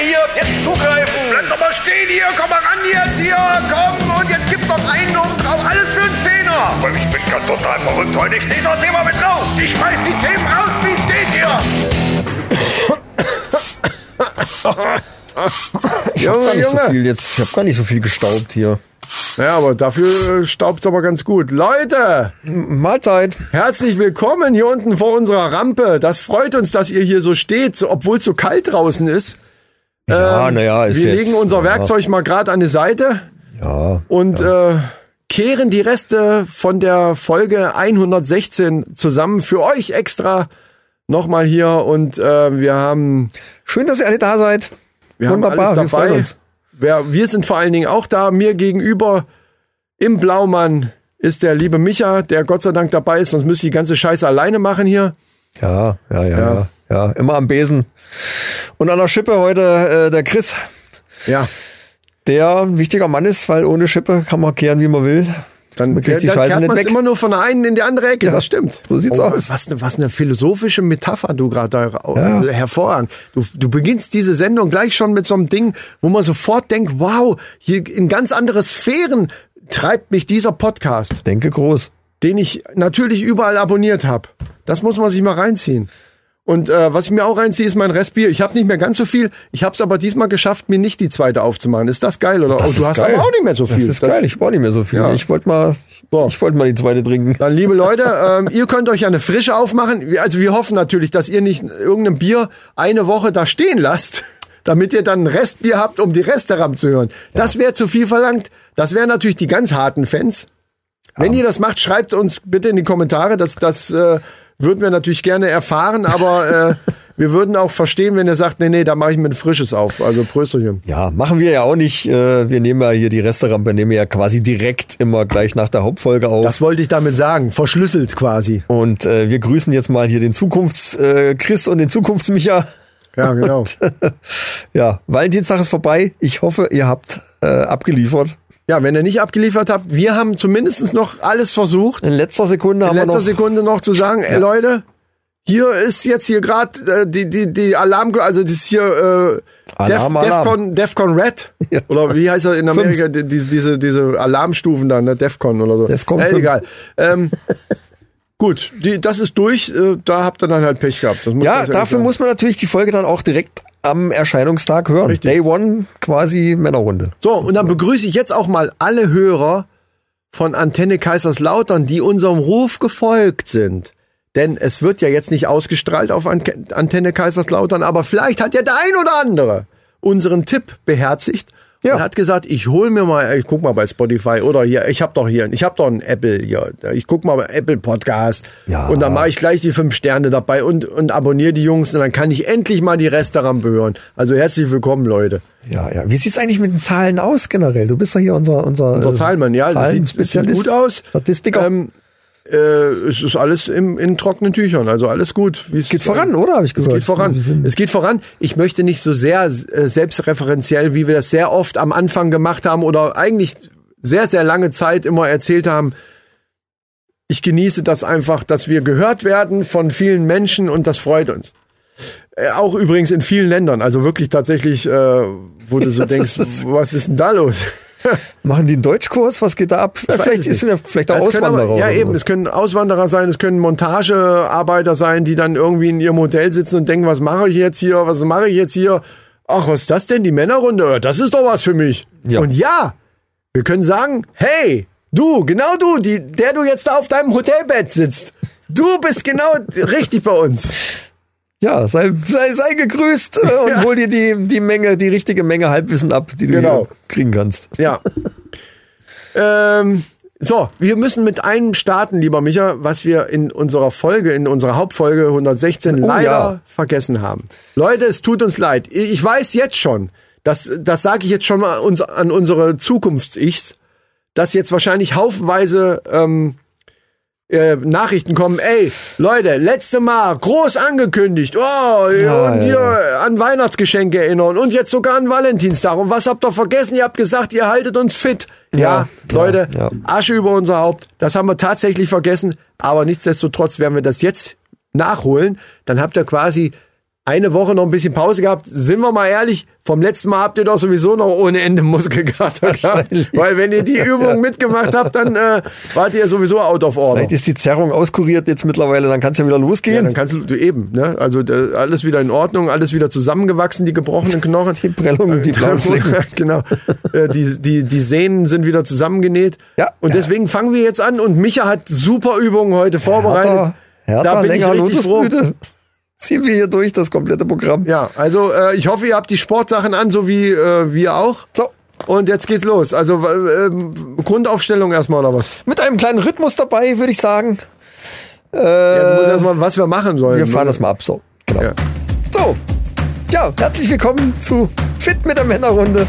hier, jetzt zugreifen. Bleib doch mal stehen hier, komm mal ran jetzt hier, komm und jetzt gib noch einen und auch alles für einen Zehner. Aber ich bin ganz total verrückt heute, ich stehe das Thema mit drauf. Ich schmeiß die Themen raus, wie es geht hier. Ich habe gar, nicht so viel jetzt- ich hab gar nicht so viel gestaubt hier. Ja, aber dafür staubt es aber ganz gut. Leute, M- Mahlzeit. herzlich willkommen hier unten vor unserer Rampe. Das freut uns, dass ihr hier so steht, so, obwohl es so kalt draußen ist. Ah, Ähm, Ja, naja, ist Wir jetzt, legen unser ja, Werkzeug mal gerade an die Seite Ja, und äh, kehren die Reste von der Folge 116 zusammen für euch extra nochmal hier. Und äh, wir haben, schön, dass ihr alle da seid. wir haben Wunderbar, wir alles dabei. freuen uns. Wer, wir sind vor allen Dingen auch da. Mir gegenüber im Blaumann ist der liebe Micha, der Gott sei Dank dabei ist, sonst müsste ich die ganze Scheiße alleine machen hier. Ja, ja, ja, Ja. ja, ja, Immer am Besen. Und an der Schippe heute äh, der Chris, Ja, der ein wichtiger Mann ist, weil ohne Schippe kann man kehren, wie man will. dann, Man kriegt die dann Scheiße kehrt nicht man's weg. immer nur von der einen in die andere Ecke. Das stimmt. so sieht's aus. Was, ne- was eine philosophische Metapher du gerade da ra- also hervorragend. Du, du beginnst diese Sendung gleich schon mit so einem Ding, wo man sofort denkt, wow, hier in ganz andere Sphären treibt mich dieser Podcast, Denke groß. den ich natürlich überall abonniert habe. Das muss man sich mal reinziehen. Und äh, was ich mir auch reinziehe, ist mein Restbier. Ich habe nicht mehr ganz so viel. Ich habe es aber diesmal geschafft, mir nicht die zweite aufzumachen. Ist das geil? Oder oh, du ist hast geil. aber auch nicht mehr so viel. Das ist geil, ich brauche nicht mehr so viel. Ja. Ich wollte mal, So. ich wollte mal die zweite trinken. Dann, liebe Leute, ähm, ihr könnt euch ja eine frische aufmachen. Wir- Also wir hoffen natürlich, dass ihr nicht irgendein Bier eine Woche da stehen lasst, damit ihr dann ein Restbier habt, um die Reste ranzuhören. Das wäre zu viel verlangt. Das wären natürlich die ganz harten Fans. Wenn ihr das macht, schreibt uns bitte in die Kommentare. Das, das äh, würden wir natürlich gerne erfahren, aber äh, wir würden auch verstehen, wenn ihr sagt, nee, nee, da mache ich mir ein frisches auf. Also Prösterchen. Ja, machen wir ja auch nicht. Äh, wir nehmen ja hier die Resterampe, nehmen wir ja quasi direkt immer gleich nach der Hauptfolge auf. Das wollte ich damit sagen. Verschlüsselt quasi. und äh, wir grüßen jetzt mal hier den Zukunfts-Chris äh, Chris und den Zukunfts-Micha. Ja, genau. ja, Valentinstag ist vorbei. Ich hoffe, ihr habt äh, abgeliefert. Ja, wenn ihr nicht abgeliefert habt, wir haben zumindest noch alles versucht. In letzter Sekunde in haben letzter wir noch. Sekunde noch zu sagen, ey, Leute, hier ist jetzt hier gerade äh, die, die, die Alarm, also das ist hier äh, Def, Alarm, Alarm. Defcon, Defcon Red Ja. oder wie heißt er in Amerika, die, diese- diese, diese Alarmstufen da, ne? Defcon oder so. Defcon Äh, 5. Egal. Ähm, gut, die, das ist durch, äh, da habt ihr dann halt Pech gehabt. Das muss Ja, ganz ehrlich dafür sagen. muss man natürlich die Folge dann auch direkt am Erscheinungstag hören. Richtig. Day One quasi Männerrunde. So, und dann begrüße ich jetzt auch mal alle Hörer von Antenne Kaiserslautern, die unserem Ruf gefolgt sind. Denn es wird ja jetzt nicht ausgestrahlt auf An- Antenne Kaiserslautern, aber vielleicht hat ja der ein oder andere unseren Tipp beherzigt und Ja. hat gesagt, ich hol mir mal, ich guck mal bei Spotify oder hier, ich habe doch hier, ich habe doch einen Apple hier, ich guck mal bei Apple Podcast Ja. und dann mache ich gleich die fünf Sterne dabei und, und abonniere die Jungs und dann kann ich endlich mal die Restaurant hören. Also herzlich willkommen, Leute. Ja, ja. Wie sieht's eigentlich mit den Zahlen aus generell? Du bist ja hier unser unser, Unser äh, Zahlmann, ja, das sieht, das sieht Zahlenspezialist, gut aus. Statistiker. Ähm, äh, es ist alles im, in trockenen Tüchern, also alles gut. Es ähm, Geht voran, oder? Hab ich Es gehört. geht voran. Wir sind- Es geht voran. Ich möchte nicht so sehr äh, selbstreferenziell, wie wir das sehr oft am Anfang gemacht haben oder eigentlich sehr, sehr lange Zeit immer erzählt haben. Ich genieße das einfach, dass wir gehört werden von vielen Menschen und das freut uns. Äh, Auch übrigens in vielen Ländern, also wirklich tatsächlich, äh, wo du so Ja, das denkst, ist- was ist denn da los? Machen die einen Deutschkurs? Was geht da ab? weiß vielleicht es ist nicht. ja vielleicht auch Es können Auswanderer. Aber, ja, oder eben. sowas. Es können Auswanderer sein, es können Montagearbeiter sein, die dann irgendwie in ihrem Hotel sitzen und denken, was mache ich jetzt hier? Was mache ich jetzt hier? Ach, was ist das denn? Die Männerrunde? Ja, Das ist doch was für mich. Ja. Und ja, wir können sagen, hey, du, genau du, die, der du jetzt da auf deinem Hotelbett sitzt. Du bist genau richtig bei uns. Ja, sei, sei, sei gegrüßt äh, und Ja. hol dir die, die Menge, die richtige Menge Halbwissen ab, die du Genau. hier kriegen kannst. Ja. ähm, so, wir müssen mit einem starten, lieber Micha, was wir in unserer Folge, in unserer Hauptfolge 116 Oh, leider ja. vergessen haben. Leute, es tut uns leid. Ich ich weiß jetzt schon, das, das sage ich jetzt schon mal uns, an unsere Zukunfts-Ichs, dass jetzt wahrscheinlich haufenweise ähm, äh, Nachrichten kommen, ey, Leute, letzte Mal groß angekündigt, oh, Ja, und ja, ihr ja. Äh, an Weihnachtsgeschenke erinnern und jetzt sogar an Valentinstag. Und was habt ihr vergessen? Ihr habt gesagt, ihr haltet uns fit. Ja, Ja, Leute, ja, ja. Asche über unser Haupt. Das haben wir tatsächlich vergessen. Aber nichtsdestotrotz werden wir das jetzt nachholen. Dann habt ihr quasi eine Woche noch ein bisschen Pause gehabt. Sind wir mal ehrlich, vom letzten Mal habt ihr doch sowieso noch ohne Ende Muskelkater gehabt. Weil wenn ihr die Übung mitgemacht habt, dann äh, wart ihr sowieso out of order. Vielleicht ist die Zerrung auskuriert jetzt mittlerweile, dann kann es ja wieder Ja, losgehen. dann kannst du, du eben, ne? Also da, alles wieder in Ordnung, alles wieder zusammengewachsen, die gebrochenen Knochen. Die Prellungen, Um die blauen Flecken. Äh, genau. Äh, die, die, die Sehnen sind wieder zusammengenäht. Ja. Und deswegen fangen wir jetzt an und Micha hat super Übungen heute vorbereitet. Hertha, da bin ich länger richtig froh. Lotusblüte. Ziehen wir hier durch das komplette Programm. Ja, also äh, ich hoffe, ihr habt die Sportsachen an, so wie äh, wir auch. So, Und jetzt geht's los. Also äh, ähm, Grundaufstellung erstmal oder was? mit einem kleinen Rhythmus dabei, würde ich sagen. Äh, ja, du musst erstmal, was wir machen sollen. Wir fahren ne? das mal ab. So, genau. Ja. So, ja, herzlich willkommen zu Fit mit der Männerrunde.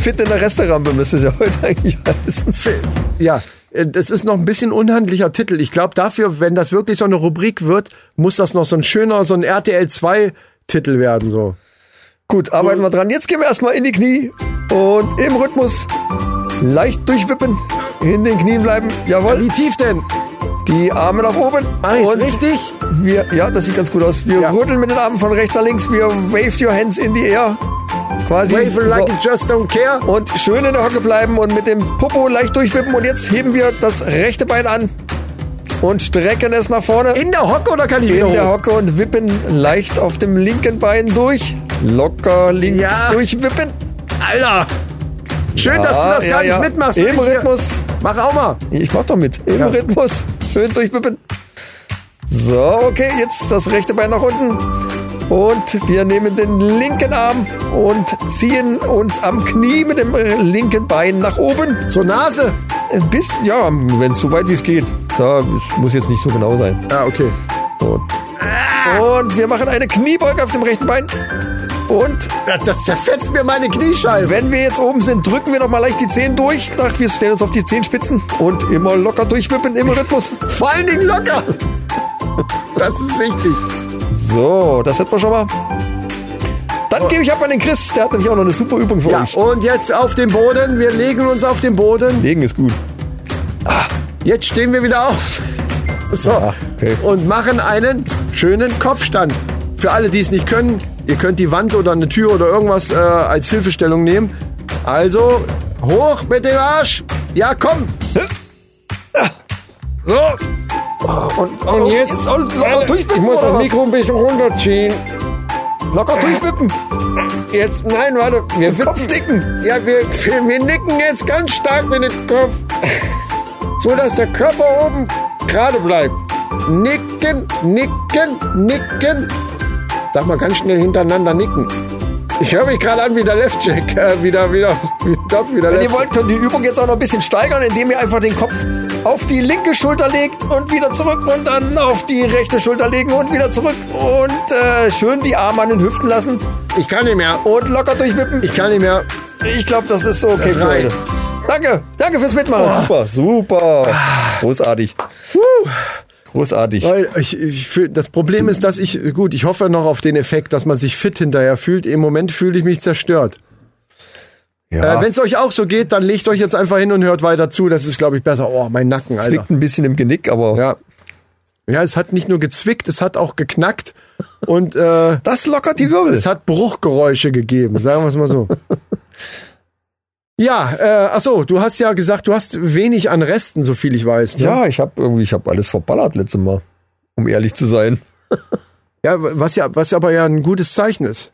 Fit in der Resterampe müsste es ja heute eigentlich heißen. Ja, äh, das ist noch ein bisschen unhandlicher Titel. Ich glaube, dafür, wenn das wirklich so eine Rubrik wird, muss das noch so ein schöner, so ein RTL 2 Titel werden, so. Gut, arbeiten wir dran. Jetzt gehen wir erstmal in die Knie und im Rhythmus leicht durchwippen. In den Knien bleiben. Jawohl. Wie tief denn? Die Arme nach oben. Mach ich's und Ah, richtig? Wir, ja, das sieht ganz gut aus. Wir Ja. rütteln mit den Armen von rechts nach links. Wir wave your hands in the air. Quasi. Wave like so. you just don't care. Und schön in der Hocke bleiben und mit dem Popo leicht durchwippen. Und jetzt heben wir das rechte Bein an und strecken es nach vorne. In der Hocke oder kann ich wieder In der hoch? Hocke und wippen leicht auf dem linken Bein durch. Locker links Ja. durchwippen. Ah, Alter! Schön, dass du das Ja, gar ja, nicht ja. mitmachst. Im Ich hier- Rhythmus. Mach auch mal. Ich mach doch mit. Im Ja. Rhythmus. Schön durchwippen. So, okay, jetzt das rechte Bein nach unten. Und wir nehmen den linken Arm und ziehen uns am Knie mit dem äh, linken Bein nach oben. Zur Nase. Ein bisschen, ja, wenn es so weit wie es geht. Da es muss jetzt nicht so genau sein. Ah, okay. So. Und wir machen eine Kniebeuge auf dem rechten Bein. Und Das, das zerfetzt mir meine Kniescheibe. wenn wir jetzt oben sind, drücken wir nochmal leicht die Zehen durch. Nach, wir stellen uns auf die Zehenspitzen und immer locker durchwippen im Rhythmus. Vor allen Dingen locker. Das ist wichtig. So, das hätten wir schon mal. Dann gebe ich ab an den Chris. Der hat nämlich auch noch eine super Übung für Ja, euch. und jetzt auf den Boden. Wir legen uns auf den Boden. Legen ist gut. Jetzt stehen wir wieder auf. So. okay. Und machen einen schönen Kopfstand. Für alle, die es nicht können, ihr könnt die Wand oder eine Tür oder irgendwas äh, als Hilfestellung nehmen. Also hoch mit dem Arsch. Ja, komm. So. Und, Und jetzt- und locker durchwippen. Ich muss oder das was? Mikro ein bisschen runterziehen. locker durchwippen. Jetzt, nein, warte. Wir Kopf nicken. Ja, wir, wir, wir nicken jetzt ganz stark mit dem Kopf, so dass der Körper oben gerade bleibt. Nicken, nicken, nicken. Sag mal ganz schnell hintereinander nicken. Ich höre mich gerade an wie der Left Jack, äh, wieder, wieder, wieder, wieder Wenn ihr Left. wollt, könnt ihr die Übung jetzt auch noch ein bisschen steigern, indem ihr einfach den Kopf auf die linke Schulter legt und wieder zurück und dann auf die rechte Schulter legen und wieder zurück und äh, schön die Arme an den Hüften lassen Ich kann nicht mehr. und locker durchwippen. Ich kann nicht mehr. Ich, glaube, das ist so okay Das für heute. reicht. Ah. Danke, danke fürs Mitmachen. Super, super. Großartig. Großartig. Weil ich, ich fühl, das Problem ist, dass ich, gut, ich hoffe noch auf den Effekt, dass man sich fit hinterher fühlt. Im Moment fühle ich mich zerstört. Ja. Äh, Wenn es euch auch so geht, dann legt euch jetzt einfach hin und hört weiter zu. Das ist, glaube ich, besser. Oh, mein Nacken, Alter. Zwickt ein bisschen im Genick, aber Ja. Ja, es hat nicht nur gezwickt, es hat auch geknackt und äh, das lockert die Wirbel. es hat Bruchgeräusche gegeben, sagen wir es mal so. Ja, äh, ach so, du hast ja gesagt, du hast wenig an Resten, so viel ich weiß. Ne? Ja, ich habe irgendwie, ich habe alles verballert letztes Mal, um ehrlich zu sein. ja. Was ja, was aber ja ein gutes Zeichen ist.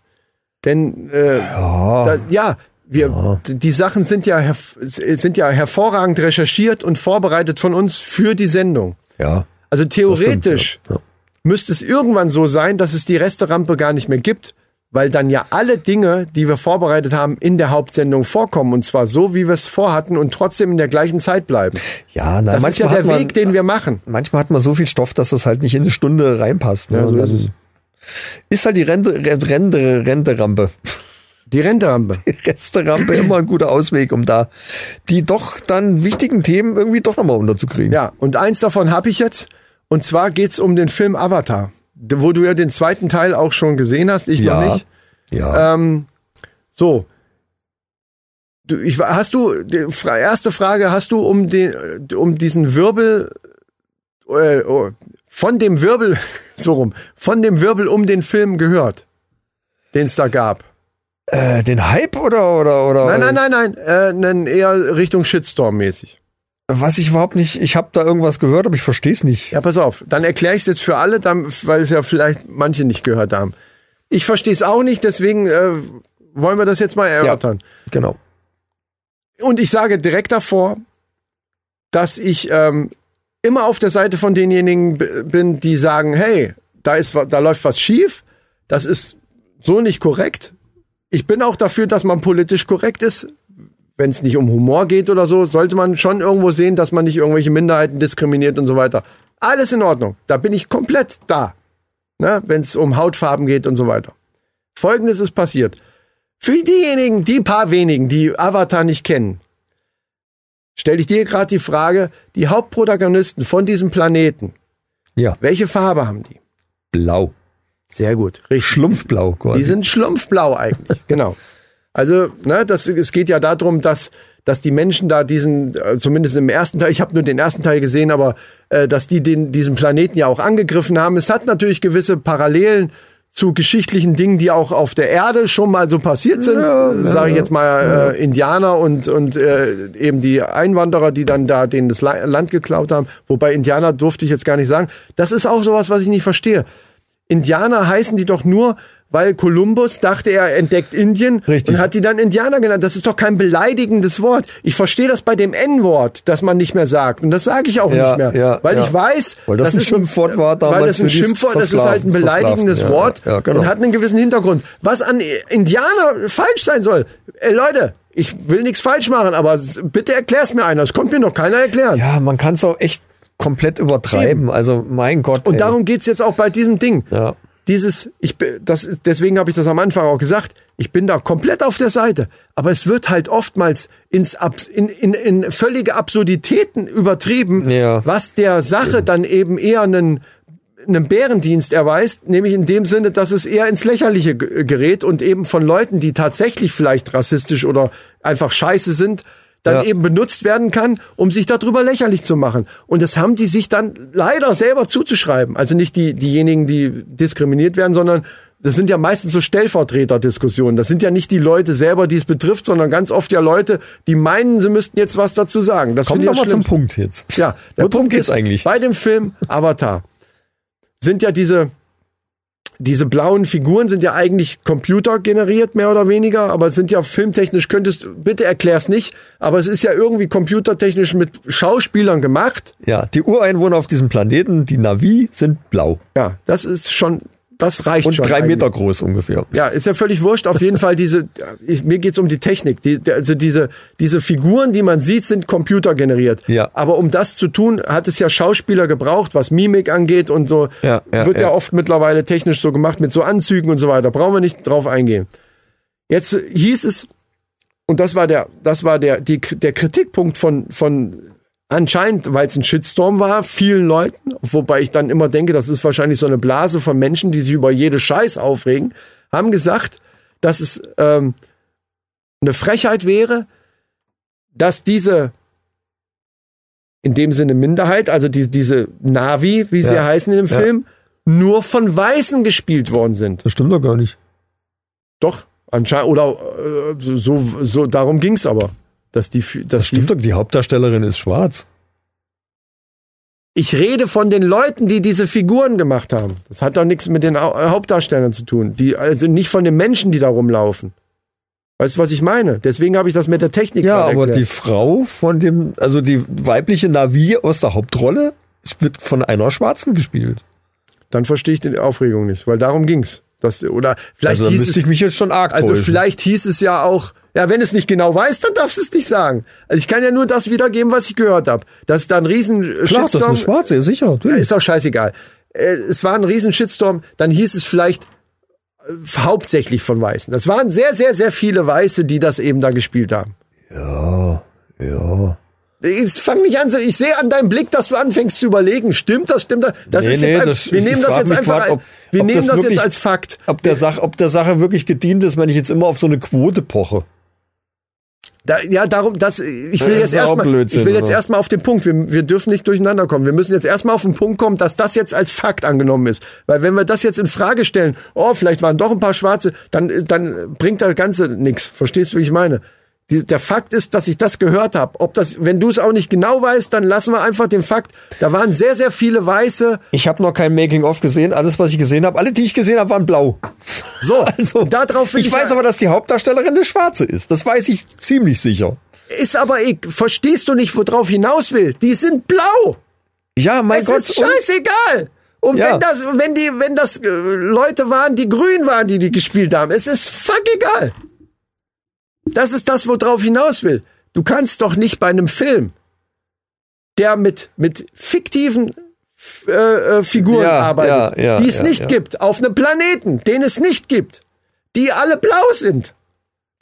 Denn, äh, da, ja, wir, d- die Sachen sind ja, herv- sind ja hervorragend recherchiert und vorbereitet von uns für die Sendung. Ja. Also theoretisch ja. müsste es irgendwann so sein, dass es die Resterampe gar nicht mehr gibt, weil dann ja alle Dinge, die wir vorbereitet haben, in der Hauptsendung vorkommen. Und zwar so, wie wir es vorhatten und trotzdem in der gleichen Zeit bleiben. Ja, na, Das ist ja manchmal der hat man, Weg, den wir machen. manchmal hat man so viel Stoff, dass das halt nicht in eine Stunde reinpasst. Ne? Ja, so Und ist dann es. Ist halt die Rente, Rente, Renterampe. Die Renterampe. Die Resterampe immer ein guter Ausweg, um da die doch dann wichtigen Themen irgendwie doch nochmal unterzukriegen. Ja, und eins davon habe ich jetzt. Und zwar geht's um den Film Avatar, d- wo du ja den zweiten Teil auch schon gesehen hast, ich noch ja. nicht. ja. Ähm, so. Du, ich, wa- hast du, die Fra- erste Frage, hast du um den, äh, um diesen Wirbel, äh, oh, von dem Wirbel, so rum, von dem Wirbel um den Film gehört, den es da gab? Äh, den Hype oder, oder, oder? Nein, nein, nein, nein, äh, nen- eher Richtung Shitstorm mäßig. Was ich überhaupt nicht, ich habe da irgendwas gehört, aber ich verstehe es nicht. Ja, pass auf, dann erkläre ich es jetzt für alle, dann, weil es ja vielleicht manche nicht gehört haben. Ich verstehe es auch nicht, deswegen äh, wollen wir das jetzt mal erörtern. Genau. Und ich sage direkt davor, dass ich ähm, immer auf der Seite von denjenigen b- bin, die sagen, hey, da, ist, wa- da läuft was schief, das ist so nicht korrekt. Ich bin auch dafür, dass man politisch korrekt ist. Wenn es nicht um Humor geht oder so, sollte man schon irgendwo sehen, dass man nicht irgendwelche Minderheiten diskriminiert und so weiter. Alles in Ordnung. Da bin ich komplett da. Ne? Wenn es um Hautfarben geht und so weiter. Folgendes ist passiert. Für diejenigen, die paar wenigen, die Avatar nicht kennen, stelle ich dir gerade die Frage, die Hauptprotagonisten von diesem Planeten, Ja. welche Farbe haben die? Blau. Sehr gut, richtig. Schlumpfblau quasi. Die sind schlumpfblau eigentlich, genau. Also, ne, das, es geht ja darum, dass, dass die Menschen da diesen, äh, zumindest im ersten Teil, ich habe nur den ersten Teil gesehen, aber äh, dass die den, diesen Planeten ja auch angegriffen haben. Es hat natürlich gewisse Parallelen zu geschichtlichen Dingen, die auch auf der Erde schon mal so passiert sind. Sage ich jetzt mal äh, Indianer und, und äh, eben die Einwanderer, die dann da denen das La- Land geklaut haben. Wobei Indianer durfte ich jetzt gar nicht sagen. Das ist auch sowas, was ich nicht verstehe. Indianer heißen die doch nur, weil Kolumbus dachte, er entdeckt Indien Richtig. und hat die dann Indianer genannt. Das ist doch kein beleidigendes Wort. Ich verstehe das bei dem N-Wort, das man nicht mehr sagt. Und das sage ich auch Ja, nicht mehr. ja, weil ja. ich weiß, Weil das ein ist Schimpfwort war damals Weil das ein für die Schimpfwort, das ist halt ein Versklavten- beleidigendes Versklavten, ja, Wort ja, ja, genau. und hat einen gewissen Hintergrund. Was an Indianer falsch sein soll. Ey, Leute, ich will nichts falsch machen, aber s- bitte erklär's mir einer. Es kommt mir noch keiner erklären. ja, man kann es auch echt komplett übertreiben. Also, mein Gott. Und ey. darum geht's jetzt auch bei diesem Ding. Ja. Dieses, ich bin- das, deswegen habe ich das am Anfang auch gesagt, ich bin da komplett auf der Seite. Aber es wird halt oftmals ins Abs in, in, in völlige Absurditäten übertrieben, Ja. was der Sache dann eben eher einen, einen Bärendienst erweist, nämlich in dem Sinne, dass es eher ins Lächerliche ge- gerät und eben von Leuten, die tatsächlich vielleicht rassistisch oder einfach scheiße sind, dann Ja. eben benutzt werden kann, um sich darüber lächerlich zu machen. Und das haben die sich dann leider selber zuzuschreiben. Also nicht die, diejenigen, die diskriminiert werden, sondern das sind ja meistens so Stellvertreterdiskussionen. Das sind ja nicht die Leute selber, die es betrifft, sondern ganz oft ja Leute, die meinen, sie müssten jetzt was dazu sagen. Das Komm finde ich doch ja mal zum schlimm. Punkt jetzt. Ja, der Worum Punkt geht's ist, eigentlich? Bei dem Film Avatar sind ja diese, diese blauen Figuren sind ja eigentlich computergeneriert, mehr oder weniger, aber es sind ja filmtechnisch, könntest, bitte erklär's nicht, aber es ist ja irgendwie computertechnisch mit Schauspielern gemacht. Ja, die Ureinwohner auf diesem Planeten, die Navi, sind blau. Ja, das ist schon, das reicht Und schon. drei eigentlich. Meter groß ungefähr. Ja, ist ja völlig wurscht. Auf jeden Fall diese, ich, mir geht's um die Technik. Die, die- also diese, diese Figuren, die man sieht, sind computergeneriert. Ja. Aber um das zu tun, hat es ja Schauspieler gebraucht, was Mimik angeht und so. Ja, ja, Wird ja, ja. oft mittlerweile technisch so gemacht mit so Anzügen und so weiter. Brauchen wir nicht drauf eingehen. Jetzt äh, hieß es, und das war der, das war der, die, der Kritikpunkt von, von anscheinend, weil es ein Shitstorm war, vielen Leuten, wobei ich dann immer denke, das ist wahrscheinlich so eine Blase von Menschen, die sich über jede Scheiß aufregen, haben gesagt, dass es ähm, eine Frechheit wäre, dass diese in dem Sinne Minderheit, also die, diese Navi, wie sie Ja. heißen in dem Ja. Film, nur von Weißen gespielt worden sind. Das stimmt doch gar nicht. Doch, anscheinend. Oder äh, so- so, so darum ging es aber. Dass die, fü- dass Das stimmt die, doch, die Hauptdarstellerin ist schwarz. ich rede von den Leuten, die diese Figuren gemacht haben. Das hat doch nichts mit den Au- äh, Hauptdarstellern zu tun. Die, also nicht von den Menschen, die da rumlaufen. Weißt du, was ich meine? Deswegen habe ich das mit der Technik Ja, gerade aber die erklärt. Frau von dem, also die weibliche Navi aus der Hauptrolle wird von einer Schwarzen gespielt. Dann verstehe ich die Aufregung nicht, weil darum ging's. Das, oder vielleicht Also da hieß es, müsste ich mich jetzt schon arg Also täuschen. vielleicht hieß es ja auch, ja, wenn es nicht genau weiß, dann darfst du es nicht sagen. Also ich kann ja nur das wiedergeben, was ich gehört habe. Dass da ein riesen äh, Klar, das ist eine Schwarze, sicher. Ja, Natürlich. ist auch scheißegal. Äh, Es war ein riesen Shitstorm, dann hieß es vielleicht äh, hauptsächlich von Weißen. Das waren sehr, sehr, sehr viele Weiße, die das eben da gespielt haben. Ja. Jetzt fang nicht an, so- ich sehe an deinem Blick, dass du anfängst zu überlegen. Stimmt das, stimmt das? Das Nee, ist nee, jetzt ein, das- wir ich nehmen das frag jetzt mich einfach grad, ein- ob- wir ob nehmen das das, jetzt wirklich- als Fakt. Ob der, Sache, ob der Sache wirklich gedient ist, wenn ich jetzt immer auf so eine Quote poche. Da, ja, darum, das, ich Das will ist jetzt ja auch erstmal, ich Blödsinn, will jetzt oder? erstmal auf den Punkt. Wir, wir dürfen nicht durcheinander kommen. Wir müssen jetzt erstmal auf den Punkt kommen, dass das jetzt als Fakt angenommen ist. Weil wenn wir das jetzt in Frage stellen, oh, vielleicht waren doch ein paar Schwarze, dann, dann bringt das Ganze nichts. Verstehst du, wie ich meine? Die, der Fakt ist, dass ich das gehört habe. Ob das, wenn du es auch nicht genau weißt, dann lassen wir einfach den Fakt. Da waren sehr, sehr viele Weiße. Ich habe noch kein Making-of gesehen. Alles, was ich gesehen habe, alle, die ich gesehen habe, waren blau. So, Also, darauf will ich ich weiß ja- aber, dass die Hauptdarstellerin eine Schwarze ist. Das weiß ich ziemlich sicher. Ist aber, ich, verstehst du nicht, worauf hinaus will? Die sind blau. Ja, mein es Gott. ist und- scheißegal. Und Ja. wenn das, wenn die, wenn das äh, Leute waren, die grün waren, die die gespielt haben, es ist fuck egal. Das ist das, worauf hinaus will. Du kannst doch nicht bei einem Film, der mit, mit fiktiven äh, äh, Figuren Ja, arbeitet, ja, ja, die es ja, nicht ja. gibt, auf einem Planeten, den es nicht gibt, die alle blau sind,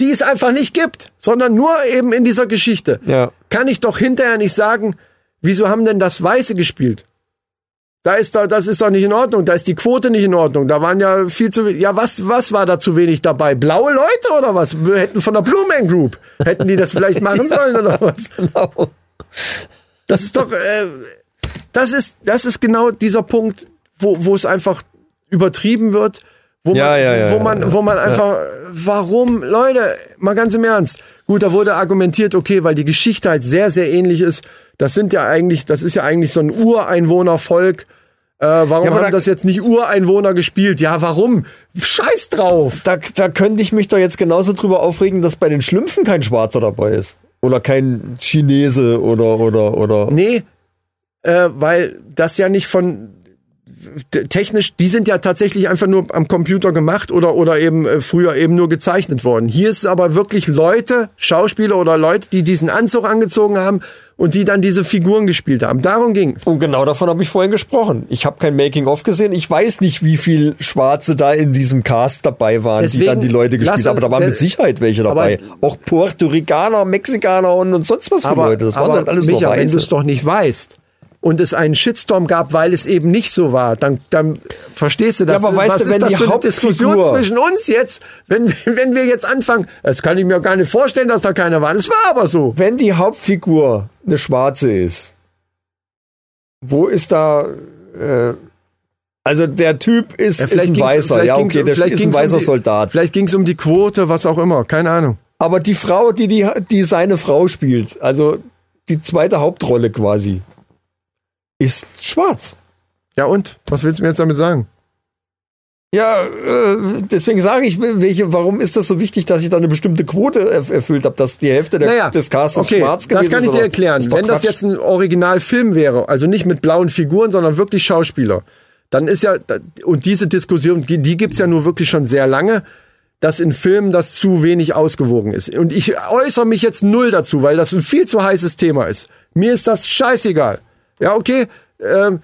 die es einfach nicht gibt, sondern nur eben in dieser Geschichte Ja. kann ich doch hinterher nicht sagen, wieso haben denn das Weiße gespielt? Da ist doch, das ist doch nicht in Ordnung, da ist die Quote nicht in Ordnung, da waren ja viel zu wenig. Ja, was, was war da zu wenig dabei? Blaue Leute oder was? Wir hätten von der Blue Man Group, hätten die das vielleicht machen sollen oder was? Genau. Das ist doch, äh, das ist, das ist genau dieser Punkt, wo, wo es einfach übertrieben wird, wo Ja, man, ja, ja, wo ja, man, ja. wo man einfach, warum, Leute, mal ganz im Ernst. Gut, da wurde argumentiert, okay, weil die Geschichte halt sehr, sehr ähnlich ist. Das sind ja eigentlich, das ist ja eigentlich so ein Ureinwohnervolk. Äh, warum aber haben da- das jetzt nicht Ureinwohner gespielt? Ja, warum? Scheiß drauf! Da, da könnte ich mich doch jetzt genauso drüber aufregen, dass bei den Schlümpfen kein Schwarzer dabei ist. Oder kein Chinese oder, oder, oder. Nee, äh, weil das ja nicht von t- technisch, die sind ja tatsächlich einfach nur am Computer gemacht oder, oder eben äh, früher eben nur gezeichnet worden. Hier ist es aber wirklich Leute, Schauspieler oder Leute, die diesen Anzug angezogen haben und die dann diese Figuren gespielt haben. Darum ging es. Und genau davon habe ich vorhin gesprochen. Ich habe kein Making-of gesehen. Ich weiß nicht, wie viel Schwarze da in diesem Cast dabei waren, die Deswegen dann die Leute gespielt lass haben. Aber da waren uns- mit Sicherheit welche aber- dabei. Auch Puerto Ricaner, Mexikaner und, und sonst was für Leute. Das waren dann alles Micha, nur wenn du es Weiße. doch nicht weißt und es einen Shitstorm gab, weil es eben nicht so war, dann, dann verstehst du das. Ja, aber weißt was du, ist wenn das die für eine Diskussion Hauptfigur- zwischen uns jetzt, wenn, wenn wir jetzt anfangen, das kann ich mir gar nicht vorstellen, dass da keiner war. Das war aber so. Wenn die Hauptfigur eine Schwarze ist, wo ist da. Äh, also der Typ ist, ist ein ging's- um- Weißer. vielleicht Ja, ging's- okay, der vielleicht ist ein ging's weißer um die, Soldat. Vielleicht ging es um die Quote, was auch immer, keine Ahnung. Aber die Frau, die, die, die seine Frau spielt, also die zweite Hauptrolle quasi, ist schwarz. Ja und? Was willst du mir jetzt damit sagen? Ja, äh, deswegen sage ich, welche, warum ist das so wichtig, dass ich da eine bestimmte Quote erf- erfüllt habe, dass die Hälfte der, des Castes okay, schwarz gewesen Das kann ich ist, dir oder? erklären. Ist doch Wenn das Quatsch. jetzt ein Originalfilm wäre, also nicht mit blauen Figuren, sondern wirklich Schauspieler, dann ist ja, und diese Diskussion, die, die gibt's ja nur wirklich schon sehr lange, dass in Filmen das zu wenig ausgewogen ist. Und ich äußere mich jetzt null dazu, weil das ein viel zu heißes Thema ist. Mir ist das scheißegal. Ja, okay, ähm,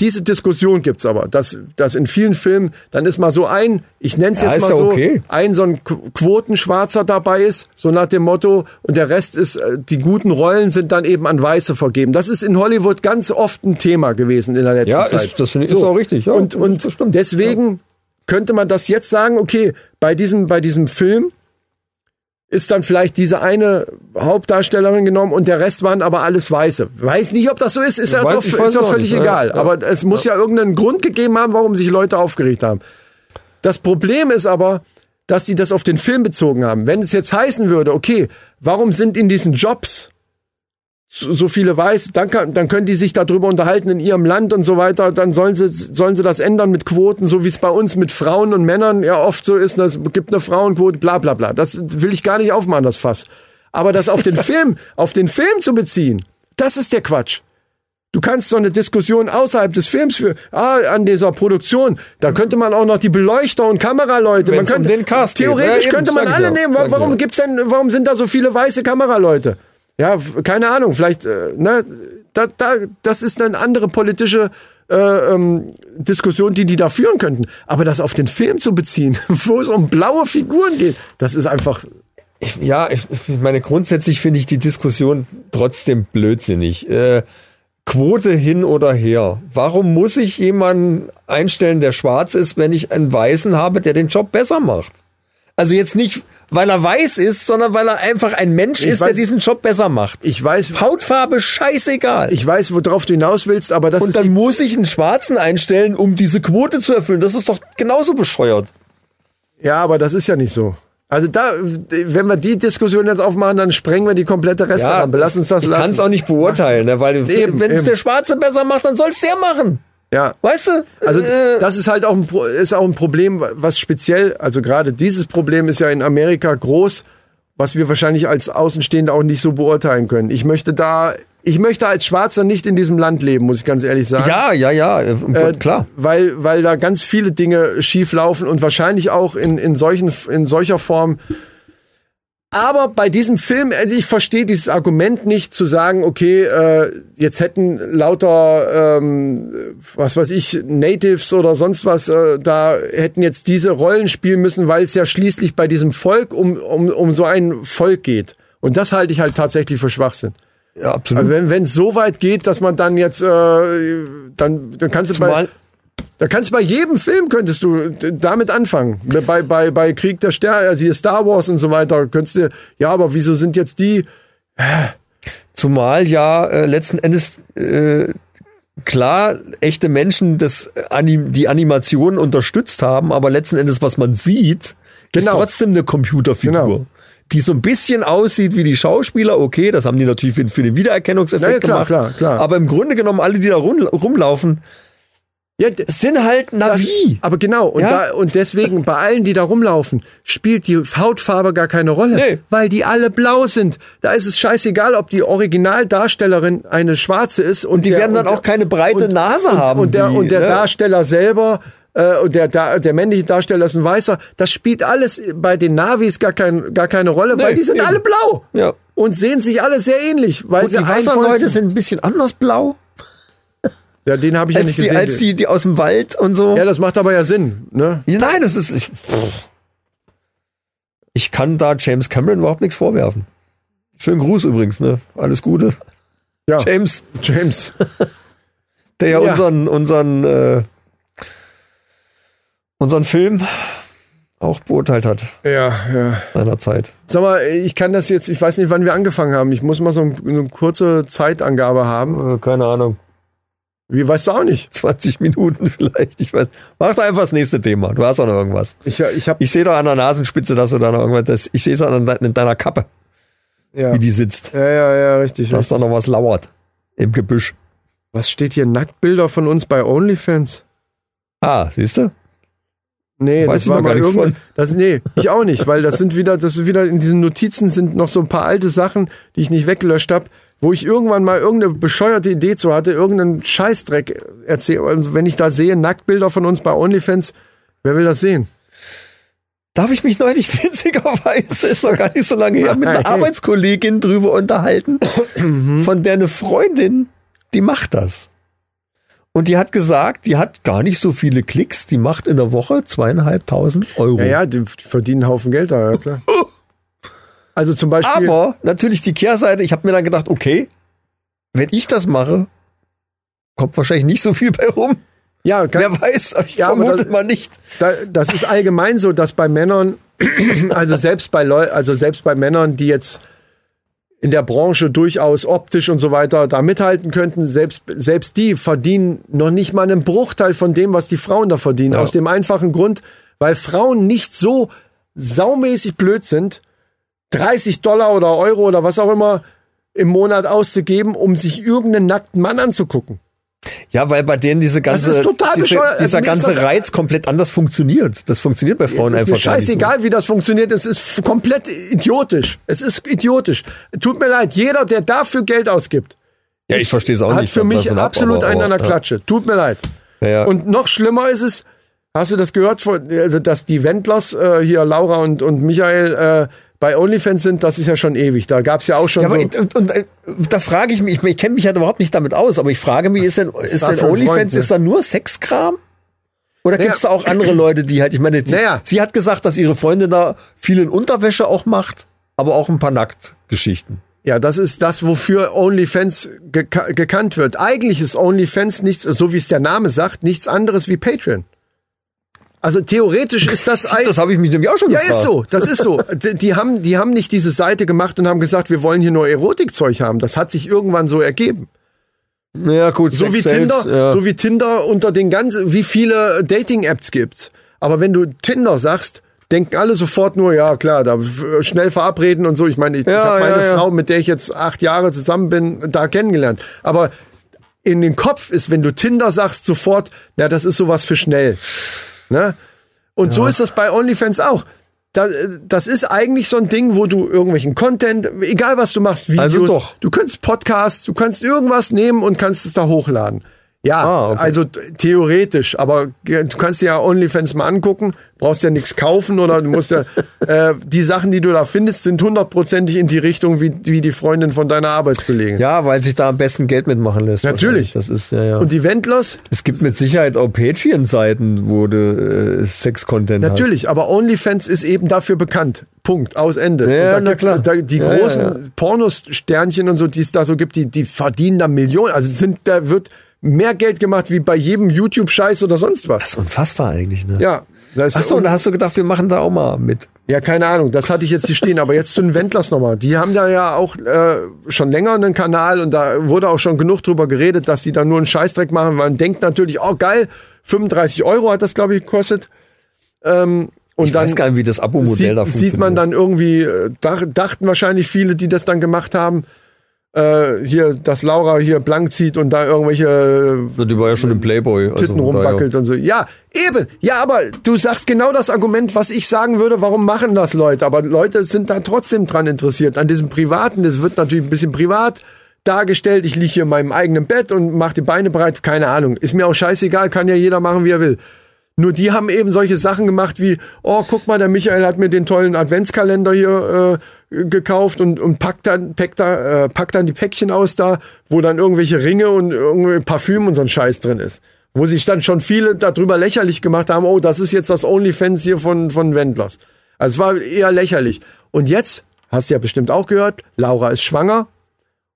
diese Diskussion gibt's aber, dass, dass in vielen Filmen, dann ist mal so ein, ich nenn's Ja, jetzt ist mal ja so, okay. ein so ein Qu- Quotenschwarzer dabei ist, so nach dem Motto, und der Rest ist, äh, die guten Rollen sind dann eben an Weiße vergeben. Das ist in Hollywood ganz oft ein Thema gewesen in der letzten Ja, Zeit. ist, das finde ich ist auch richtig. Ja, und und das stimmt. deswegen könnte man das jetzt sagen, okay, bei diesem, bei diesem Film ist dann vielleicht diese eine Hauptdarstellerin genommen und der Rest waren aber alles Weiße. Weiß nicht, ob das so ist, ist ja Weiß- auch, ich ist weiß ja auch völlig nicht, ja, egal. ja. Aber es muss ja irgendeinen Grund gegeben haben, warum sich Leute aufgeregt haben. Das Problem ist aber, dass die das auf den Film bezogen haben. Wenn es jetzt heißen würde, okay, warum sind in diesen Jobs so so viele weiß, dann, kann, dann können die sich darüber unterhalten in ihrem Land und so weiter, dann sollen sie, sollen sie das ändern mit Quoten, so wie es bei uns mit Frauen und Männern ja oft so ist, es gibt eine Frauenquote, bla bla bla. Das will ich gar nicht aufmachen, das Fass. Aber das auf den Film, auf den Film zu beziehen, das ist der Quatsch. Du kannst so eine Diskussion außerhalb des Films für, ah, an dieser Produktion, da könnte man auch noch die Beleuchter und Kameraleute, Wenn's man könnte, um den Cast geht. Ja, theoretisch eben, könnte man sag ich alle ja, nehmen, sag ich warum ja. gibt's denn, warum sind da so viele weiße Kameraleute? Ja, f- keine Ahnung, vielleicht, äh, ne, da, da, das ist eine andere politische äh, ähm, Diskussion, die die da führen könnten. Aber das auf den Film zu beziehen, wo es um blaue Figuren geht, das ist einfach, Ich- ja, ich, ich meine, grundsätzlich finde ich die Diskussion trotzdem blödsinnig. Äh, Quote hin oder her. Warum muss ich jemanden einstellen, der schwarz ist, wenn ich einen Weißen habe, der den Job besser macht? Also jetzt nicht, weil er weiß ist, sondern weil er einfach ein Mensch Ich ist, der weiß- diesen Job besser macht. Ich weiß, Hautfarbe scheißegal. ich weiß, worauf du hinaus willst, aber das und ist die dann muss ich einen Schwarzen einstellen, um diese Quote zu erfüllen. Das ist doch genauso bescheuert. Ja, aber das ist ja nicht so. Also da, wenn wir die Diskussion jetzt aufmachen, dann sprengen wir die komplette Restaurant. Lass uns das ich kann lassen. es auch nicht beurteilen, ne? weil Eben, wenn es eben. der Schwarze besser macht, dann soll es der machen. Ja. Weißt du? Also Äh, das ist halt auch ein, Pro- ist auch ein Problem, was speziell, also gerade dieses Problem ist ja in Amerika groß, was wir wahrscheinlich als Außenstehende auch nicht so beurteilen können. Ich möchte da, ich möchte als Schwarzer nicht in diesem Land leben, muss ich ganz ehrlich sagen. ja, ja, ja, äh, klar. Weil, weil da ganz viele Dinge schief laufen und wahrscheinlich auch in, in, solchen, in solcher Form. Aber bei diesem Film, also ich verstehe dieses Argument nicht zu sagen, okay, äh, jetzt hätten lauter, ähm, was weiß ich, Natives oder sonst was, äh, da hätten jetzt diese Rollen spielen müssen, weil es ja schließlich bei diesem Volk um, um, um so ein Volk geht. Und das halte ich halt tatsächlich für Schwachsinn. Ja, absolut. Also wenn es so weit geht, dass man dann jetzt, äh, dann, dann kannst du bei, Mal, da kannst du bei jedem Film könntest du d- damit anfangen. Bei, bei, bei Krieg der Sterne, also hier Star Wars und so weiter, könntest du, ja, aber wieso sind jetzt die, Zumal ja äh, letzten Endes äh, klar echte Menschen das Anim die Animation unterstützt haben, aber letzten Endes, was man sieht, ist Genau. trotzdem eine Computerfigur. Genau. Die so ein bisschen aussieht wie die Schauspieler, okay, das haben die natürlich für, für den Wiedererkennungseffekt Ja, ja, klar, gemacht. klar, klar. Aber im Grunde genommen, alle, die da rum, rumlaufen, ja, d- sind halt Navi. aber genau, und, Ja? da, und deswegen, bei allen, die da rumlaufen, spielt die Hautfarbe gar keine Rolle, Nee. weil die alle blau sind. Da ist es scheißegal, ob die Originaldarstellerin eine schwarze ist. Und, die der- werden dann und- auch keine breite Nase haben. Und der, wie, und der ne? Darsteller selber, äh, und der, der, der männliche Darsteller ist ein Weißer, das spielt alles bei den Navis gar, kein, gar keine Rolle, weil Nee, die sind eben. alle blau. Ja. Und sehen sich alle sehr ähnlich. Weil Gut, sie die ein Wasserleute Volk sind ein bisschen anders blau Ja, den habe ich ja als, nicht die, gesehen. als die, die aus dem Wald und so. ja, das macht aber ja Sinn. Ne? Ja, Nein, das ist. Ich, pff. ich kann da James Cameron überhaupt nichts vorwerfen. Schönen Gruß übrigens, ne? Alles Gute. Ja, James, James. der ja, Ah. Ja. unseren, unseren, äh, unseren Film auch beurteilt hat Ja, ja. seinerzeit. Sag mal, ich kann das jetzt, ich weiß nicht, wann wir angefangen haben. Ich muss mal so ein, eine kurze Zeitangabe haben. Äh, Keine Ahnung. Wie weißt du auch nicht? 20 Minuten vielleicht. Ich weiß. Mach doch einfach das nächste Thema. Du hast doch noch irgendwas. Ich, ich habe Ich sehe doch an der Nasenspitze, dass du da noch irgendwas. Das, ich sehe es an de- in deiner Kappe, ja. wie die sitzt. ja, ja, ja, richtig. Dass da noch was lauert. Im Gebüsch. Was steht hier? Nacktbilder von uns bei OnlyFans? Ah, siehst du? Nee, Weiß das ich war noch gar mal nichts irgendwann. von. Das, nee, ich auch nicht, weil das sind wieder, das sind wieder in diesen Notizen sind noch so ein paar alte Sachen, die ich nicht weggelöscht habe, wo ich irgendwann mal irgendeine bescheuerte Idee zu hatte, irgendeinen Scheißdreck erzähle. Also wenn ich da sehe, Nacktbilder von uns bei OnlyFans, wer will das sehen? Da habe ich mich neulich witzigerweise, ist noch gar nicht so lange her, mit einer Nein. Arbeitskollegin drüber unterhalten, Mhm. von der eine Freundin, die macht das. Und die hat gesagt, die hat gar nicht so viele Klicks, die macht in der Woche zweieinhalbtausend Euro. Ja, ja, die verdienen einen Haufen Geld da, ja klar. Also zum Beispiel. Aber natürlich die Kehrseite, ich habe mir dann gedacht, okay, wenn ich das mache, kommt wahrscheinlich nicht so viel bei rum. ja, kann, Wer weiß, ich Ja, aber vermute das- mal nicht. da, das ist allgemein so, dass bei Männern, also selbst bei Leu also selbst bei Männern, die jetzt in der Branche durchaus optisch und so weiter da mithalten könnten, selbst, selbst die verdienen noch nicht mal einen Bruchteil von dem, was die Frauen da verdienen. Aus dem einfachen Grund, weil Frauen nicht so saumäßig blöd sind, 30 Dollar oder Euro oder was auch immer im Monat auszugeben, um sich irgendeinen nackten Mann anzugucken. Ja, weil bei denen diese ganze, ist total diese, bescheuert. Also dieser mir ist ganze das- Reiz komplett anders funktioniert. Das funktioniert bei Frauen Es ist einfach mir gar nicht so. scheißegal, wie das funktioniert. Es ist f- komplett idiotisch. Es ist idiotisch. Tut mir leid, jeder, der dafür Geld ausgibt, Ja, ich verstehe es auch hat nicht. für was mich davon ab, absolut aber- einen an der aber- Klatsche. Tut mir leid. Ja, ja. Und noch schlimmer ist es, hast du das gehört, von, also, dass die Wendlers, äh, hier Laura und, und Michael, äh, bei OnlyFans sind, das ist ja schon ewig. Da gab es ja auch schon Ja, aber so. ich- und, und, äh, da frage ich mich, ich, ich kenne mich halt überhaupt nicht damit aus, aber ich frage mich, ist denn, ist war denn für einen OnlyFans, Freund, ne? ist da nur Sexkram? Oder Naja. gibt's da auch andere Leute, die halt, ich meine, die, Naja. sie hat gesagt, dass ihre Freundin da viel in Unterwäsche auch macht, aber auch ein paar Nacktgeschichten. Ja, das ist das, wofür OnlyFans geka gekannt wird. Eigentlich ist OnlyFans nichts, so wie es der Name sagt, nichts anderes wie Patreon. Also theoretisch ist das ein. Das habe ich mich nämlich auch schon ja, gefragt. ist so. Das ist so. Die, die, haben, die haben nicht diese Seite gemacht und haben gesagt, wir wollen hier nur Erotikzeug haben. Das hat sich irgendwann so ergeben. Ja, gut. So wie Sex sells, Tinder, ja. so wie Tinder unter den ganzen, wie viele Dating-Apps gibt's. Aber wenn du Tinder sagst, denken alle sofort nur, ja klar, da f- schnell verabreden und so. Ich meine, ich, ich Ja, habe meine ja, ja. Frau, mit der ich jetzt acht Jahre zusammen bin, da kennengelernt. Aber in den Kopf ist, wenn du Tinder sagst, sofort, na, das ist sowas für schnell. Ne? Und so ist das bei OnlyFans auch. Da- Das ist eigentlich so ein Ding, wo du irgendwelchen Content, egal was du machst, Videos, Also doch. du kannst Podcasts, du kannst irgendwas nehmen und kannst es da hochladen. Ja, Ah, okay. also t- theoretisch, aber ge- du kannst dir ja OnlyFans mal angucken, brauchst ja nichts kaufen oder du musst ja, äh, die Sachen, die du da findest, sind hundertprozentig in die Richtung, wie, wie die Freundin von deiner Arbeitskollegin. ja, weil sich da am besten Geld mitmachen lässt. Natürlich. wahrscheinlich. Das ist, ja, ja. Und die Wendlers, es gibt mit Sicherheit auch Patreon-Seiten, wo du äh, Sex-Content hast. Natürlich, aber OnlyFans ist eben dafür bekannt. Punkt, aus Ende. Und Ja, da na gibt's- klar. Da, die Ja, ja, großen ja. Pornosternchen und so, die es da so gibt, die, die verdienen da Millionen. Also sind, da wird mehr Geld gemacht wie bei jedem YouTube-Scheiß oder sonst was. Das ist unfassbar eigentlich, ne? Ja. Das ist Achso, und da hast du gedacht, wir machen da auch mal mit. ja, keine Ahnung, das hatte ich jetzt hier stehen, aber jetzt zu den Wendlers nochmal. Die haben da ja auch äh, schon länger einen Kanal und da wurde auch schon genug drüber geredet, dass die da nur einen Scheißdreck machen. Man denkt natürlich, oh geil, 35 Euro hat das, glaube ich, gekostet. Ähm, und Ich dann weiß gar nicht, wie das Abo-Modell sieht, da funktioniert. sieht man dann irgendwie, äh, dach, dachten wahrscheinlich viele, die das dann gemacht haben, äh, hier, dass Laura hier blank zieht und da irgendwelche äh, Na, Die war ja schon im Playboy. also Titten von daher. rumwackelt und so. Ja, eben. Ja, aber du sagst genau das Argument, was ich sagen würde, warum machen das Leute? Aber Leute sind da trotzdem dran interessiert. An diesem Privaten, das wird natürlich ein bisschen privat dargestellt. Ich liege hier in meinem eigenen Bett und mache die Beine breit. Keine Ahnung. Ist mir auch scheißegal, kann ja jeder machen, wie er will. Nur die haben eben solche Sachen gemacht wie, oh, guck mal, der Michael hat mir den tollen Adventskalender hier äh, gekauft und, und packt, dann, packt, da, äh, packt dann die Päckchen aus da, wo dann irgendwelche Ringe und irgendwie Parfüm und so ein Scheiß drin ist. Wo sich dann schon viele darüber lächerlich gemacht haben, oh, das ist jetzt das Onlyfans hier von, von Wendlers. Also es war eher lächerlich. Und jetzt, hast du ja bestimmt auch gehört, Laura ist schwanger.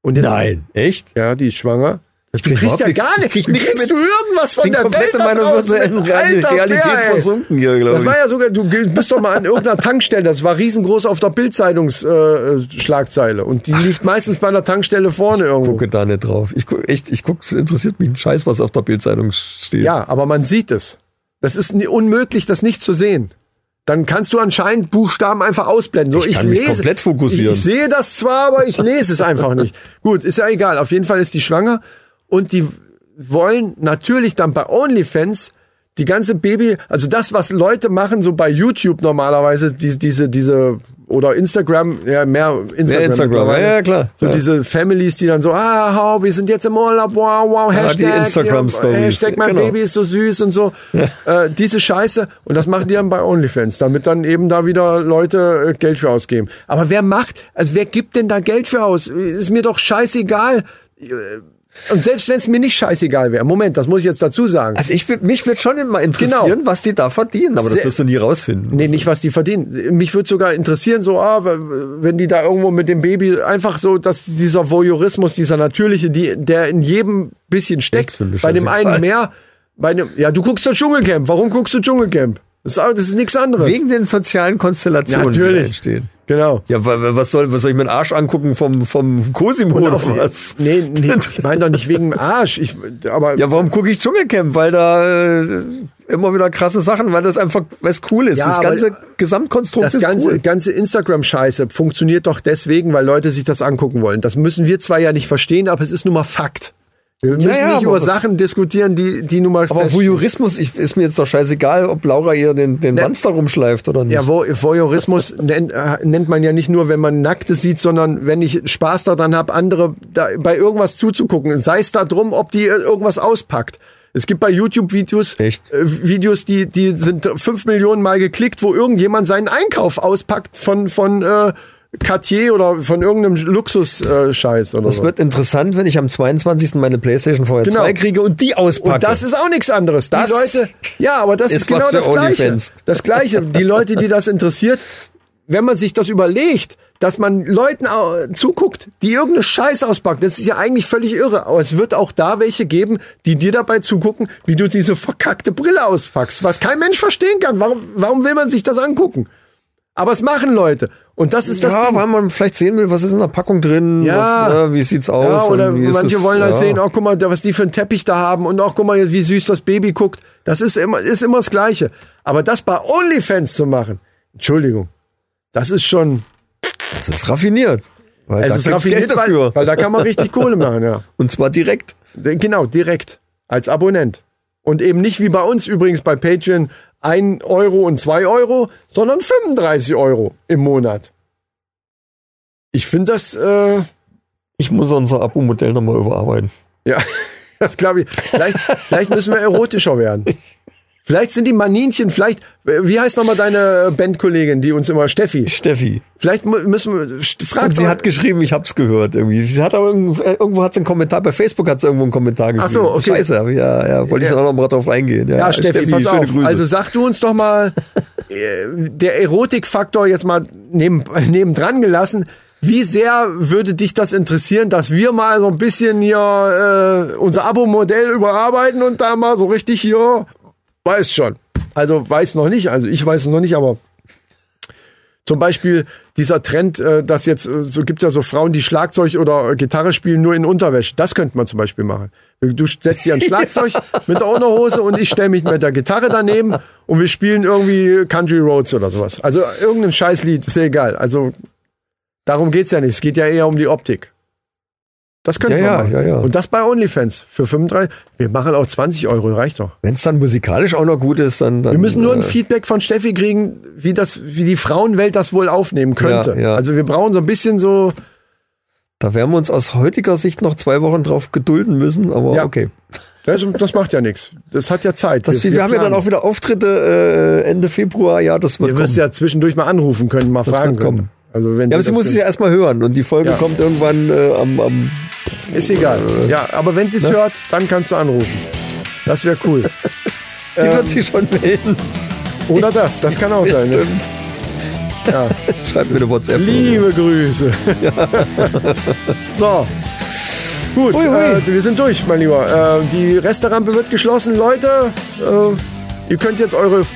Und jetzt, Nein, echt? Ja, die ist schwanger. Du krieg kriegst überhaupt ja nichts- gar ich nichts. krieg Du nichts kriegst mit. du irgendwas von bin der komplett Welt in da meiner draußen virtuellen mit. Real- Alter, Realität ey. versunken hier, glaub Das ich. war ja sogar, du ge- bist doch mal an irgendeiner Tankstelle, das war riesengroß auf der Bildzeitungsschlagzeile äh, Schlagzeile. und die liegt meistens bei einer Tankstelle vorne irgendwo. Gucke da nicht drauf. Ich guck, echt, ich guck, es interessiert mich ein Scheiß, was auf der Bildzeitung steht. Ja, aber man sieht es. Das ist ni- unmöglich, das nicht zu sehen. Dann kannst du anscheinend Buchstaben einfach ausblenden. So, ich, Ich kann mich lese, komplett fokussieren. Ich, ich sehe das zwar, aber ich lese es einfach nicht. Gut, ist ja egal. Auf jeden Fall ist die schwanger und die wollen natürlich dann bei OnlyFans die ganze Baby, also das, was Leute machen, so bei YouTube normalerweise, die, diese, diese, oder Instagram, ja, mehr Instagram. Ja, Instagram, ja, mittlerweile. ja klar. So ja. diese Families, die dann so, ah, hau, wir sind jetzt im Urlaub, wow, wow, Ja, Hashtag, die Instagram-Stories. ja, Hashtag, mein Genau. Baby ist so süß und so. Äh, diese Scheiße. Und das machen die dann bei OnlyFans, damit dann eben da wieder Leute äh, Geld für ausgeben. Aber wer macht, also wer gibt denn da Geld für aus? Ist mir doch scheißegal. Äh, Und selbst wenn es mir nicht scheißegal wäre, Moment, das muss ich jetzt dazu sagen. also ich, würd- mich würde schon immer interessieren, Genau. was die da verdienen, aber das Sehr- wirst du nie rausfinden. Nee, nicht was die verdienen. Mich würde sogar interessieren, so, ah, w- wenn die da irgendwo mit dem Baby einfach so, dass dieser Voyeurismus, dieser natürliche, die, der in jedem bisschen steckt, finde ich bei dem scheißegal. einen mehr, bei dem, ja, du guckst doch Dschungelcamp. Warum guckst du Dschungelcamp? Das ist, das ist nichts anderes. Wegen den sozialen Konstellationen, die Natürlich. da entstehen. Genau. Ja, wa- wa- was soll, was soll ich mir den Arsch angucken vom, vom Cosimo Und oder auf- was? Nee, nee, ich meine doch nicht wegen dem Arsch. Ich, aber Ja, warum gucke ich Dschungelcamp? Weil da äh, immer wieder krasse Sachen, weil das einfach was cool ist. Ja, das aber ganze Gesamtkonstrukt das ist ganze, cool. ganze Instagram-Scheiße funktioniert doch deswegen, weil Leute sich das angucken wollen. Das müssen wir zwar ja nicht verstehen, aber es ist nun mal Fakt. Wir müssen ja, nicht aber über was- Sachen diskutieren, die, die nun mal Aber feststehen. Voyeurismus, ich, ist mir jetzt doch scheißegal, ob Laura ihr den, den Wanz da rumschleift oder nicht. Ja, Voy- Voyeurismus nennt, äh, nennt man ja nicht nur, wenn man Nackte sieht, sondern wenn ich Spaß daran habe, andere da, bei irgendwas zuzugucken. Sei es darum, ob die äh, irgendwas auspackt. Es gibt bei YouTube-Videos Echt? äh, Videos, die, die sind fünf Millionen Mal geklickt, wo irgendjemand seinen Einkauf auspackt von, von äh, Cartier oder von irgendeinem Luxus-Scheiß. Äh, Scheiß oder Das so. wird interessant, wenn ich am 22. meine PlayStation VR Genau. 2 kriege und die auspacke. Und das ist auch nichts anderes. Die Das Leute, ja, aber das ist ist, genau was für das Gleiche. OnlyFans. Das Gleiche. Die Leute, die das interessiert, wenn man sich das überlegt, dass man Leuten au- zuguckt, die irgendeine Scheiße auspacken. Das ist ja eigentlich völlig irre. Aber es wird auch da welche geben, die dir dabei zugucken, wie du diese verkackte Brille auspackst, was kein Mensch verstehen kann. Warum, warum will man sich das angucken? Aber es machen Leute. Und das ist das ja, Ding. weil man vielleicht sehen will, was ist in der Packung drin, Ja. was, ne, wie sieht's aus. Ja, oder und wie ist manche es- wollen halt ja. sehen, oh, guck mal, da- was die für einen Teppich da haben und auch, guck mal, wie süß das Baby guckt. Das ist immer, ist immer das Gleiche. Aber das bei OnlyFans zu machen, Entschuldigung, das ist schon, Es ist raffiniert. Weil es da ist kriegst du raffiniert, Geld weil, dafür. weil da kann man richtig Kohle machen, ja. Und zwar direkt. Genau, direkt. Als Abonnent. Und eben nicht wie bei uns übrigens bei Patreon 1 Euro und 2 Euro, sondern 35 Euro im Monat. Ich finde das, äh, Ich muss unser Abo-Modell nochmal überarbeiten. Ja, das glaube ich. Vielleicht, vielleicht müssen wir erotischer werden. Vielleicht sind die Maninchen, vielleicht, wie heißt nochmal deine Bandkollegin, die uns immer Steffi? Steffi. Vielleicht mu- müssen wir, st- frag Und sie doch- hat geschrieben, ich hab's gehört irgendwie. Sie hat aber irgendwo, äh, irgendwo hat sie einen Kommentar, bei Facebook hat sie irgendwo einen Kommentar geschrieben. so, okay. Scheiße, hab ich- ja, ja, wollte ich Ja. auch noch mal drauf eingehen. Ja, ja, Steffi, pass schöne auf. Grüße. Also sag du uns doch mal, äh, der Erotikfaktor jetzt mal neben, nebendran gelassen. Wie sehr würde dich das interessieren, dass wir mal so ein bisschen hier äh, unser Abo-Modell überarbeiten und da mal so richtig hier, weiß schon. Also weiß noch nicht, also ich weiß es noch nicht, aber Zum Beispiel dieser Trend, äh, dass jetzt äh, so gibt ja so Frauen, die Schlagzeug oder äh, Gitarre spielen, nur in Unterwäsche. Das könnte man zum Beispiel machen. Du setzt dir ein Schlagzeug mit der Unterhose und ich stelle mich mit der Gitarre daneben und wir spielen irgendwie Country Roads oder sowas. Also irgendein Scheißlied, ist ja egal. Also darum geht's ja nicht. Es geht ja eher um die Optik. Das könnte Ja, man ja, machen. ja, ja. Und das bei OnlyFans für 35. Wir machen auch 20 Euro, reicht doch. Wenn es dann musikalisch auch noch gut ist, dann. dann Wir müssen nur ein äh, Feedback von Steffi kriegen, wie das, wie die Frauenwelt das wohl aufnehmen könnte. Ja, ja. Also wir brauchen so ein bisschen so, Da werden wir uns aus heutiger Sicht noch zwei Wochen drauf gedulden müssen, aber Ja. okay. das, das macht ja nichts. Das hat ja Zeit. Das, wir, wir haben ja dann planen. auch wieder Auftritte äh, Ende Februar, ja, das wird Ihr kommen. wirst ja zwischendurch mal anrufen können, mal fragen wird können. kommen. Also wenn ja, aber sie sie das muss es können. ja erstmal hören und die Folge Ja. kommt irgendwann äh, am, am ist Äh. egal. Ja, aber wenn Ne? sie es hört, dann kannst du anrufen. Das wäre cool. die Ähm, wird sie schon melden. Oder das, das kann auch sein. Ne? Stimmt. Schreibt mir eine WhatsApp. Liebe Grüße. so. Gut, Hui, hui. Äh, wir sind durch, mein Lieber. Äh, die Resterampe wird geschlossen. Leute, äh, ihr könnt jetzt eure f-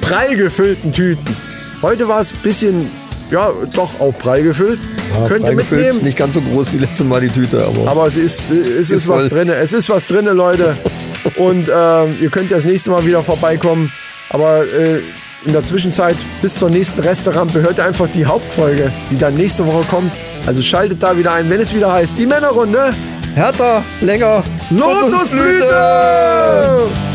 prall gefüllten Tüten. Heute war es ein bisschen, ja, doch auch prall gefüllt. könnt ihr Reingefüllt, mitnehmen. Nicht ganz so groß wie letztes Mal die Tüte, aber. Aber es ist, es ist, Ist was voll. drin. Es ist was drin, Leute. Und ähm, ihr könnt ja das nächste Mal wieder vorbeikommen. Aber äh, in der Zwischenzeit bis zur nächsten Resterampe hört ihr einfach die Hauptfolge, die dann nächste Woche kommt. Also schaltet da wieder ein, wenn es wieder heißt, die Männerrunde. Härter, länger. Lotusblüte! Lotusblüte!